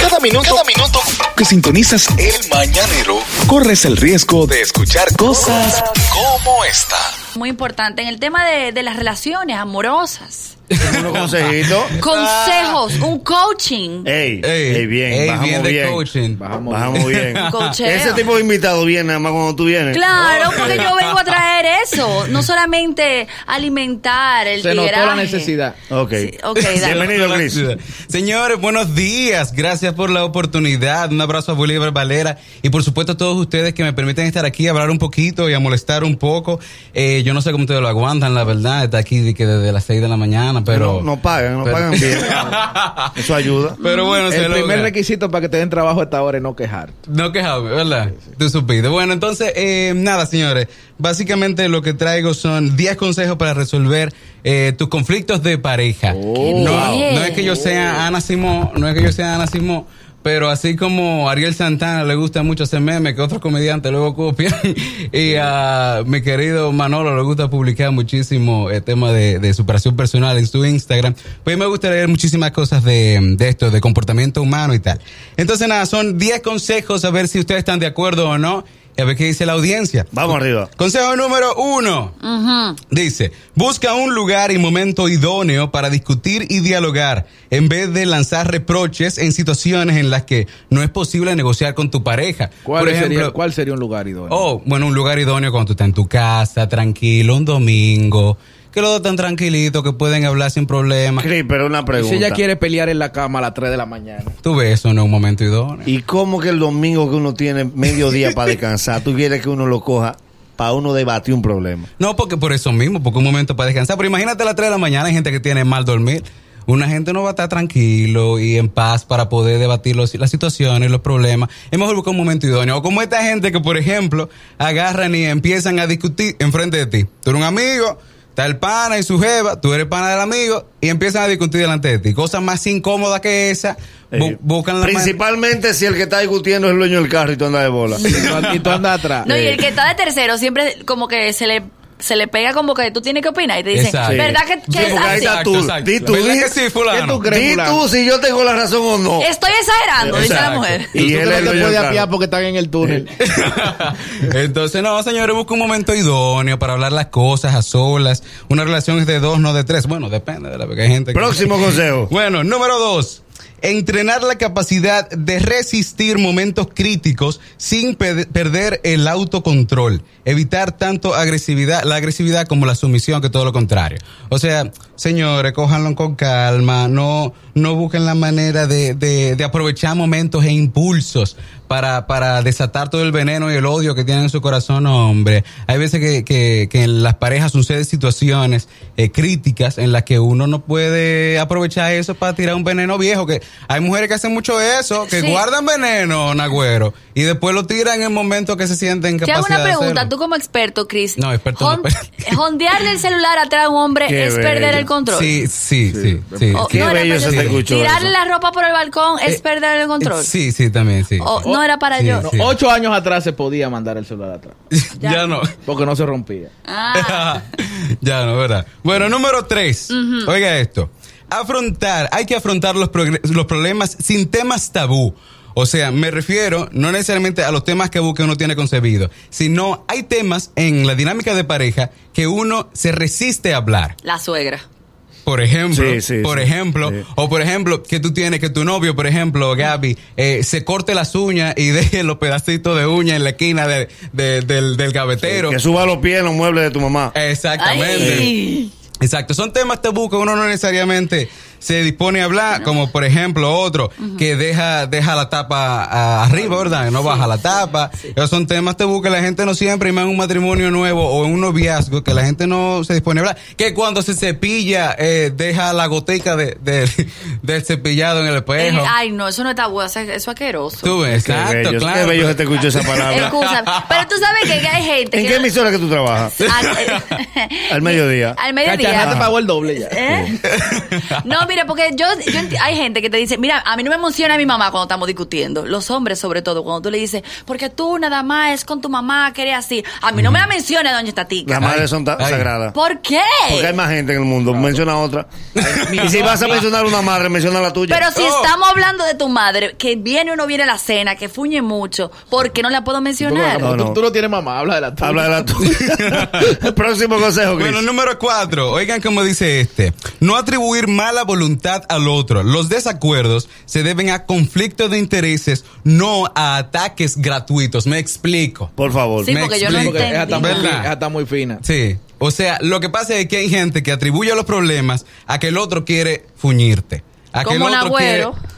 Cada minuto, cada minuto que sintonizas el mañanero, corres el riesgo de escuchar cosas como esta. Muy importante en el tema de, de las relaciones amorosas. Unos consejitos. Consejos, un coaching. Eh, Ey, Ey, ey, bien, ey, bajamos bien bien. de coaching. Bajamos, bajamos bien. Coacheo. Ese tipo de invitado viene nada más cuando tú vienes. Claro, porque yo vengo a traer eso. No solamente alimentar el Se notó la tigueraje. necesidad. Ok. Sí, ok, dale. Bienvenido, Chris. Señores, buenos días. Gracias por la oportunidad. Un abrazo a Bolívar Valera y por supuesto a todos ustedes que me permiten estar aquí, a hablar un poquito y a molestar un poco. Eh, yo no sé cómo ustedes lo aguantan, la verdad. Está aquí de que desde las 6 de la mañana, pero... No, no pagan, no pero- pagan bien. Eso ayuda. Pero bueno, se El primer logra. requisito para que te den trabajo a esta hora es no quejar. No quejame, ¿verdad? Tú supiste. Bueno, entonces, eh, nada, señores. Básicamente lo que traigo son 10 consejos para resolver eh, tus conflictos de pareja. Oh. no, Bien. no es que yo sea Ana Simón, no es que yo sea Ana Simón, pero así como a Ariel Santana le gusta mucho hacer memes que otros comediantes luego copian, y a mi querido Manolo le gusta publicar muchísimo el tema de, de superación personal en su Instagram, pues me gusta leer muchísimas cosas de, de esto, de comportamiento humano y tal. Entonces nada, son 10 consejos a ver si ustedes están de acuerdo o no, y a ver qué dice la audiencia. Vamos arriba. Consejo número uno. Dice, busca un lugar y momento idóneo para discutir y dialogar, en vez de lanzar reproches en situaciones en las que no es posible negociar con tu pareja. ¿Cuál, Por sería, ejemplo, ¿cuál sería un lugar idóneo? oh, bueno, un lugar idóneo cuando tú estás en tu casa, tranquilo, un domingo, que los dos están tranquilitos, que pueden hablar sin problema. Chris, pero una Y pregunta. si ella quiere pelear en la cama a las 3 de la mañana. Tú ves eso no es un momento idóneo. ¿Y cómo que el domingo que uno tiene medio día para descansar, tú quieres que uno lo coja para uno debatir un problema? No, porque por eso mismo, porque un momento para descansar. Pero imagínate a las 3 de la mañana, hay gente que tiene mal dormir. Una gente no va a estar tranquilo y en paz para poder debatir los- las situaciones, los problemas. Es mejor buscar un momento idóneo. O como esta gente que, por ejemplo, agarran y empiezan a discutir enfrente de ti. Tú eres un amigo, está el pana y su jeva, tú eres pana del amigo y empiezan a discutir delante de ti. Cosas más incómodas que esa, bu- Eh, buscan la man- Principalmente si el que está discutiendo es el dueño del carro y tú andas de bola. Y tú- y tú andas atrás. No, y el que está de tercero siempre como que se le se le pega como que tú tienes que opinar y te dicen, Exacto. ¿verdad que, que Sí, es porque ahí así? está tú, di tú, ¿Verdad di- que sí, fulano? ¿Qué tú crees? Di tú si yo tengo la razón o no. Estoy exagerando, dice la Exacto. mujer. Y Y él es el no te dueño puede del apiar carro. porque están en el túnel. Entonces, no, señores, busca un momento idóneo para hablar las cosas a solas. Una relación es de dos, no de tres. Bueno, depende de la porque hay gente que- Próximo consejo. Bueno, número dos. Entrenar la capacidad de resistir momentos críticos sin pe- perder el autocontrol. Evitar tanto agresividad, la agresividad como la sumisión, que todo lo contrario. O sea, señores, cójanlo con calma, no, no busquen la manera de, de- de aprovechar momentos e impulsos para, para desatar todo el veneno y el odio que tienen en su corazón, no, hombre. Hay veces que, que- que en las parejas suceden situaciones eh, críticas en las que uno no puede aprovechar eso para tirar un veneno viejo. Que hay mujeres que hacen mucho eso, que Sí. guardan veneno, Nagüero, y después lo tiran en el momento que se sienten Te hago capacidad una de pregunta, hacerlo. tú como experto, Chris. No, experto Jon- no, pero- Jondearle el celular atrás a un hombre Qué es bello. perder el control. Sí, sí, sí. sí, O- sí. Qué Oh, no era bello perder se el te control. escuchó Tirarle eso. la ropa por el balcón es Eh, perder el control. Sí, sí, también, sí. O- no era para Sí, yo. sí. No, Ocho años atrás se podía mandar el celular atrás. ya. no. Porque no se rompía. Ah, ya no, ¿verdad? Bueno, número tres. Oiga esto. Afrontar, hay que afrontar los, progre- los problemas sin temas tabú. O sea, me refiero no necesariamente a los temas tabú que uno tiene concebido, sino hay temas en la dinámica de pareja que uno se resiste a hablar. la suegra. Por ejemplo, Sí, sí, por sí. ejemplo, Sí. o por ejemplo, que tú tienes que tu novio, por ejemplo, Gaby, eh, se corte las uñas y deje los pedacitos de uña en la esquina de- de- del, del gavetero. Que suba los pies en los muebles de tu mamá. Eh, Exactamente. Ay. Exacto, son temas tabú que uno no necesariamente se dispone a hablar, como por ejemplo otro que deja deja la tapa ah, arriba, ¿verdad? No baja la tapa. Esos son temas tabú que la gente no siempre, y más en un matrimonio nuevo o en un noviazgo, que la gente no se dispone a hablar. Que cuando se cepilla, eh, deja la gotica de, de- del cepillado en el espejo. Eh, Ay, no, eso no está bueno, eso es eso es asqueroso. Tú ves, Qué exacto, bello, claro. qué bello se te escuchó esa palabra. Excusa. Pero tú sabes que hay gente. ¿En que qué emisora que tú trabajas? Al, Al mediodía. Al Cacharra te mediodía. pagó el doble ya. ¿Eh? No, mi mira, porque yo, yo enti- hay gente que te dice, mira, a mí no me emociona mi mamá cuando estamos discutiendo. Los hombres, sobre todo, cuando tú le dices, porque tú nada más es con tu mamá que eres así. A mí no me la menciona, doña Tatica. Las madres son ta- ay. sagradas. ¿Por qué? Porque hay más gente en el mundo. Menciona otra. y si vas a mencionar una madre, menciona la tuya. Pero si Oh. estamos hablando de tu madre, que viene o no viene a la cena, que fuñe mucho, ¿por qué no la puedo mencionar? No, no. Tú, tú no tienes mamá, habla de la tuya. Habla de la tuya. Próximo consejo, Chris. Bueno, número cuatro. Oigan como dice este. No atribuir mala voluntad al otro. Los desacuerdos se deben a conflictos de intereses, no a ataques gratuitos. Me explico. Por favor. Sí, Me porque yo no explico. Porque ella está, muy, entendí. ¿Verdad? ella está muy fina. Sí. O sea, lo que pasa es que hay gente que atribuye los problemas a que el otro quiere fuñirte. A que Como el un otro agüero. quiere-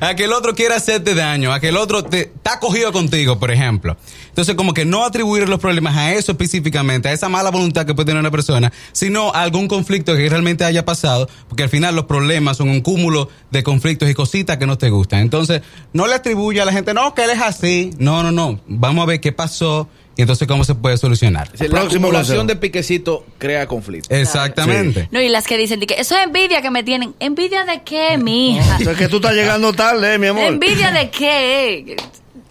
a que el otro quiera hacerte daño, a que el otro te está cogido contigo, por ejemplo. Entonces, como que no atribuir los problemas a eso específicamente, a esa mala voluntad que puede tener una persona, sino a algún conflicto que realmente haya pasado, porque al final los problemas son un cúmulo de conflictos y cositas que no te gustan. Entonces, no le atribuya a la gente, no, que él es así. No, no, no. Vamos a ver qué pasó y entonces cómo se puede solucionar. Si la Próximo acumulación consejo. de piquecito crea conflicto. Exactamente. No, y las que dicen, de que eso es envidia que me tienen. ¿Envidia de qué, mija? O sea, es que tú estás llegando tarde, eh, mi amor. ¿Envidia de qué?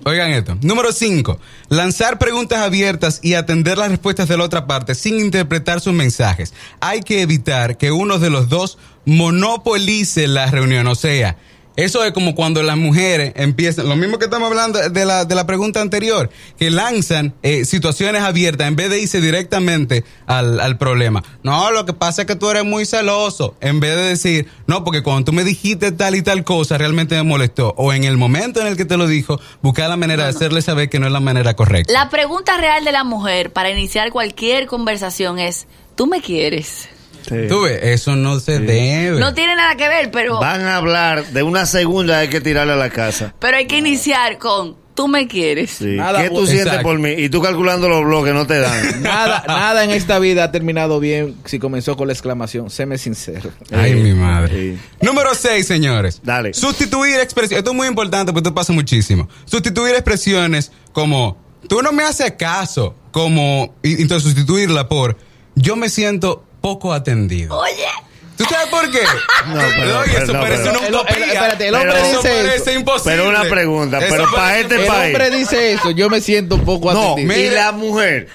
Oigan esto. Número 5. Lanzar preguntas abiertas y atender las respuestas de la otra parte sin interpretar sus mensajes. Hay que evitar que uno de los dos monopolice la reunión. O sea, eso es como cuando las mujeres empiezan, lo mismo que estamos hablando de la, de la pregunta anterior, que lanzan eh, situaciones abiertas en vez de irse directamente al, al problema. No, lo que pasa es que tú eres muy celoso. En vez de decir, no, porque cuando tú me dijiste tal y tal cosa, realmente me molestó. O en el momento en el que te lo dijo, buscar la manera de hacerle saber que no es la manera correcta. La pregunta real de la mujer para iniciar cualquier conversación es, ¿tú me quieres? Sí. Tú ves, eso no se debe. No tiene nada que ver, pero, Van a hablar de una segunda hay que tirarle a la casa. pero hay que iniciar con, ¿tú me quieres? Sí. Nada ¿Qué tú bueno. sientes Exacto. por mí? Y tú calculando los bloques, no te dan. Nada, nada en esta vida ha terminado bien si comenzó con la exclamación, séme sincero. Ay, Sí, mi madre. sí. Número 6, señores. Dale. Sustituir expresiones. Esto es muy importante porque esto pasa muchísimo. Sustituir expresiones como, tú no me haces caso, como, y, entonces sustituirla por, yo me siento poco atendido. Oye, ¿Tú sabes por qué? No, pero- Oye, eso pero- parece pero- una el- el- utopía. espérate, el hombre Eso dice eso. parece imposible. Pero una pregunta, Eso pero para parece este El imposible. país. hombre dice eso, yo me siento un poco No, atendido. y la mujer.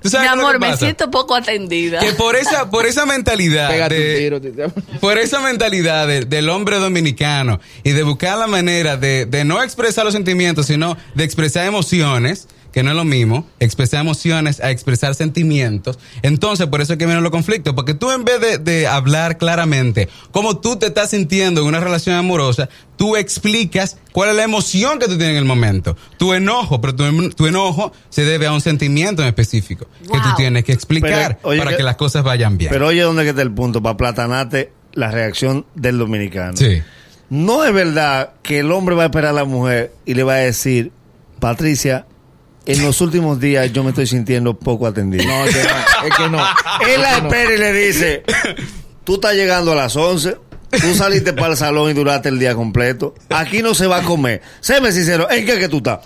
¿Tú mi sabes lo amor, que me pasa? siento poco atendida. Que por esa, por esa mentalidad Pégate de- un tiro. te- Por esa mentalidad de- del hombre dominicano y de buscar la manera de, de no expresar los sentimientos, sino de expresar emociones, que no es lo mismo, expresar emociones a expresar sentimientos. Entonces, por eso es que vienen los conflictos, porque tú en vez de, de hablar claramente cómo tú te estás sintiendo en una relación amorosa, tú explicas cuál es la emoción que tú tienes en el momento. Tu enojo, pero tu, em- tu enojo se debe a un sentimiento en específico que tú Wow. tienes que explicar Pero, oye, para que, que- las cosas vayan bien. Pero oye, ¿dónde que está el punto? Para platanarte la reacción del dominicano. sí. No es verdad que el hombre va a esperar a la mujer y le va a decir, Patricia, en los últimos días yo me estoy sintiendo poco atendido. No, es que no, es que no. Él la espera y le dice, tú estás llegando a las 11, tú saliste para el salón y duraste el día completo, aquí no se va a comer. Séme sincero, ¿en qué que tú estás?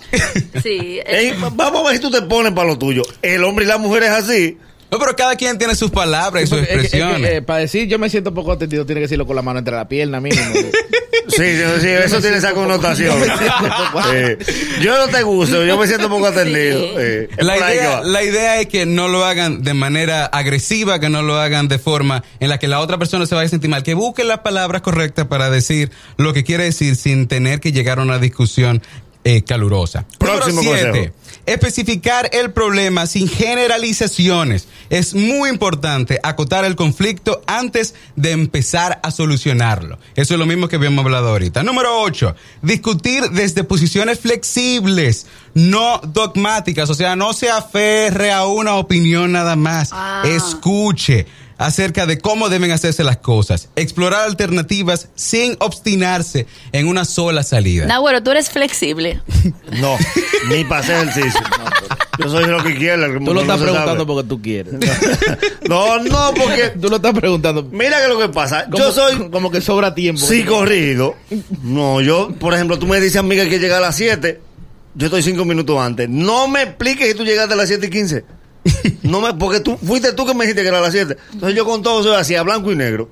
Sí, eh, En- vamos a ver si tú te pones para lo tuyo. El hombre y la mujer es así. No, pero cada quien tiene sus palabras y sus Es que- es que, expresiones. eh, para decir yo me siento poco atendido, tiene que decirlo con la mano entre la pierna mínimo. Sí, sí, sí, eso tiene esa connotación. Eh, yo no te gusto, yo me siento poco atendido. Eh, es la, por ahí que idea, va. la idea es que no lo hagan de manera agresiva, que no lo hagan de forma en la que la otra persona se vaya a sentir mal, que busquen las palabras correctas para decir lo que quiere decir sin tener que llegar a una discusión eh, calurosa. Próximo Número siete, consejo. Especificar el problema sin generalizaciones. Es muy importante acotar el conflicto antes de empezar a solucionarlo. Eso es lo mismo que habíamos hablado ahorita. Número 8. Discutir desde posiciones flexibles, no dogmáticas. O sea, no se aferre a una opinión nada más. Ah. Escuche acerca de cómo deben hacerse las cosas. Explorar alternativas sin obstinarse en una sola salida. Nahuero, tú eres flexible. No, ni para hacer ejercicio. Yo soy lo que quiera. el Tú lo mundo no estás se preguntando sabe. porque tú quieres. No, no, porque Tú lo estás preguntando. mira que lo que pasa. Como- Yo soy como que sobra tiempo. sí corrido. No, yo, por ejemplo, tú me dices, amiga, que llega a las 7. Yo estoy cinco minutos antes. No me expliques si tú llegaste a las 7 y 15. No me, porque tú fuiste tú que me dijiste que era a las 7. Entonces yo con todo soy así, a blanco y negro.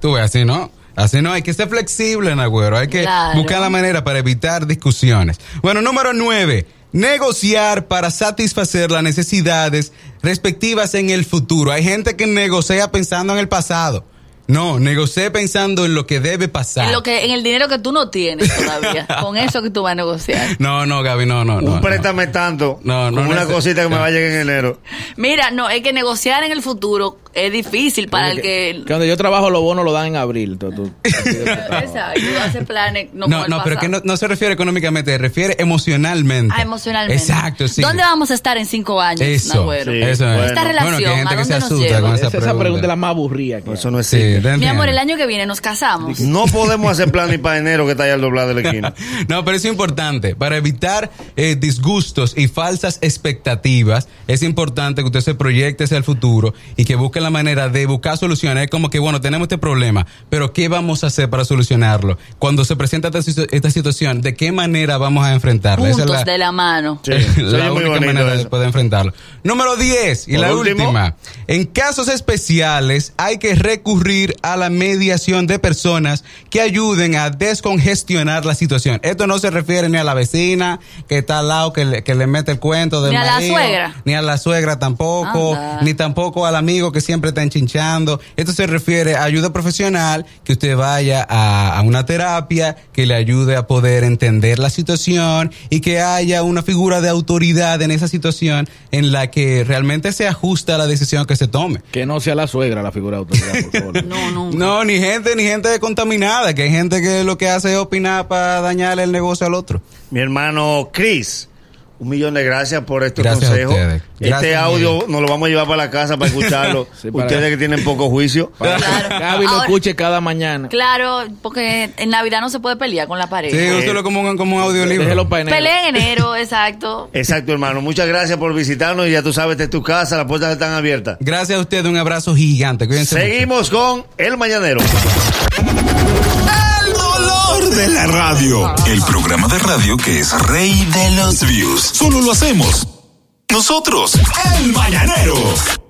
Tú ves, así no. Así no, hay que ser flexible, Nagüero. Hay que Claro. buscar la manera para evitar discusiones. Bueno, número nueve. Negociar para satisfacer las necesidades respectivas en el futuro. Hay gente que negocia pensando en el pasado. No, negocié pensando en lo que debe pasar. En, lo que, en el dinero que tú no tienes todavía. con eso que tú vas a negociar. No, no, Gaby, no, Ah, no. no, un no. préstame tanto. No, no, como no una es- cosita que me no. va a llegar en enero. Mira, no, es que negociar en el futuro es difícil para el que... Que donde yo trabajo los bonos lo dan en abril. tú- tú- así de apretado. Exacto, tú haces planes no, No, con el no, pero pasado. que no, no se refiere económicamente, se refiere emocionalmente. Ah, emocionalmente. Exacto, sí. ¿Dónde vamos a estar en cinco años, Eso, Nagüero? Sí. eso es. Esta Bueno, que hay relación, gente ¿a que se dónde nos asusta lleva? con Esa, esa esa pregunta. pregunta es la más aburrida. que hay. Pues Eso no Sí, existe. te Mi amor, entiendo. el año que viene nos casamos. No podemos hacer plan ni para enero que está ya el doblado de la esquina. No, pero es importante. Para evitar eh, disgustos y falsas expectativas, es importante que usted se proyecte hacia el futuro y que busque la manera de buscar soluciones. Es como que, bueno, tenemos este problema, pero ¿qué vamos a hacer para solucionarlo? Cuando se presenta esta, situ- esta situación, ¿de qué manera vamos a enfrentarla? Esa es Puntos la- de la mano. Sí, la soy muy única bonito manera de eso. poder enfrentarlo. Número 10 y Por la último. última. En casos especiales hay que recurrir a la mediación de personas que ayuden a descongestionar la situación. Esto no se refiere ni a la vecina que está al lado que le, que le mete el cuento del Ni a la marido, suegra. Ni a la suegra tampoco, Anda. ni tampoco al amigo que siempre está enchinchando. Esto se refiere a ayuda profesional, que usted vaya a, a una terapia que le ayude a poder entender la situación y que haya una figura de autoridad en esa situación en la que realmente se ajusta a la decisión que se tome. Que no sea la suegra la figura de autoridad, por favor. No, no. No, ni gente, ni gente contaminada, que hay gente que lo que hace es opinar para dañarle el negocio al otro. Mi hermano Chris, un millón de gracias por estos Gracias a consejos. ustedes. este Gracias, audio Miguel. nos lo vamos a llevar para la casa para escucharlo. Sí, para- ustedes que tienen poco juicio. Claro. Gaby lo Ahora- escuche cada mañana. Claro, porque en Navidad no se puede pelear con la Sí, pareja. usted lo como, como un Déjelo audiolibro. para enero. Pelea en enero, exacto. Exacto, hermano. Muchas gracias por visitarnos y ya tú sabes, esta es tu casa, las puertas están abiertas. Gracias a usted, un abrazo gigante. Cuídense mucho. Seguimos con El Mañanero. El dolor de la radio. El programa de radio que es rey de los views. Solo lo hacemos. Nosotros, el mañanero.